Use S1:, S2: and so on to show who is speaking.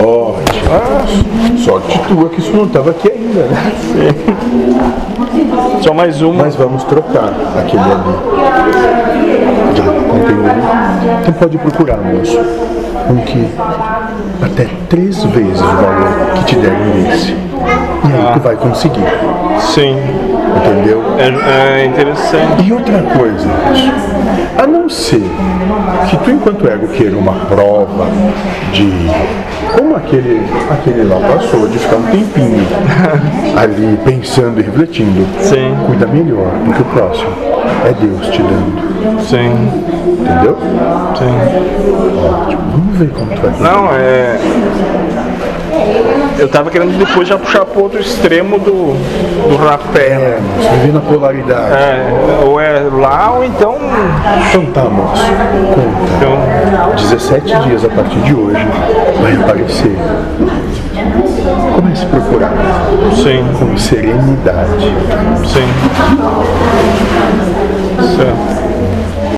S1: Ótimo. Ah, sorte tua que isso não estava aqui ainda, né?
S2: Só mais uma.
S1: Mas vamos trocar aquele ali. Já tá não tem um. Então pode procurar, moço. Um que até três vezes o valor que te deram esse. E aí tu vai conseguir,
S2: Sim.
S1: entendeu?
S2: É, é interessante.
S1: E outra coisa, moço, a não ser que tu enquanto ego queira uma prova de como aquele, aquele lá passou, de ficar um tempinho ali pensando e refletindo,
S2: Sim.
S1: cuida melhor, porque o próximo é Deus te dando,
S2: Sim.
S1: entendeu?
S2: Sim.
S1: Ótimo, vamos ver como tu vai fazer.
S2: Não, é. Eu tava querendo depois já puxar pro outro extremo do, do rapé.
S1: É, moço, vivendo a polaridade.
S2: É, ou é lá ou então.
S1: Então tá, moço, conta.
S2: então
S1: 17 dias a partir de hoje vai aparecer. Comece a procurar
S2: sim,
S1: com serenidade.
S2: sim.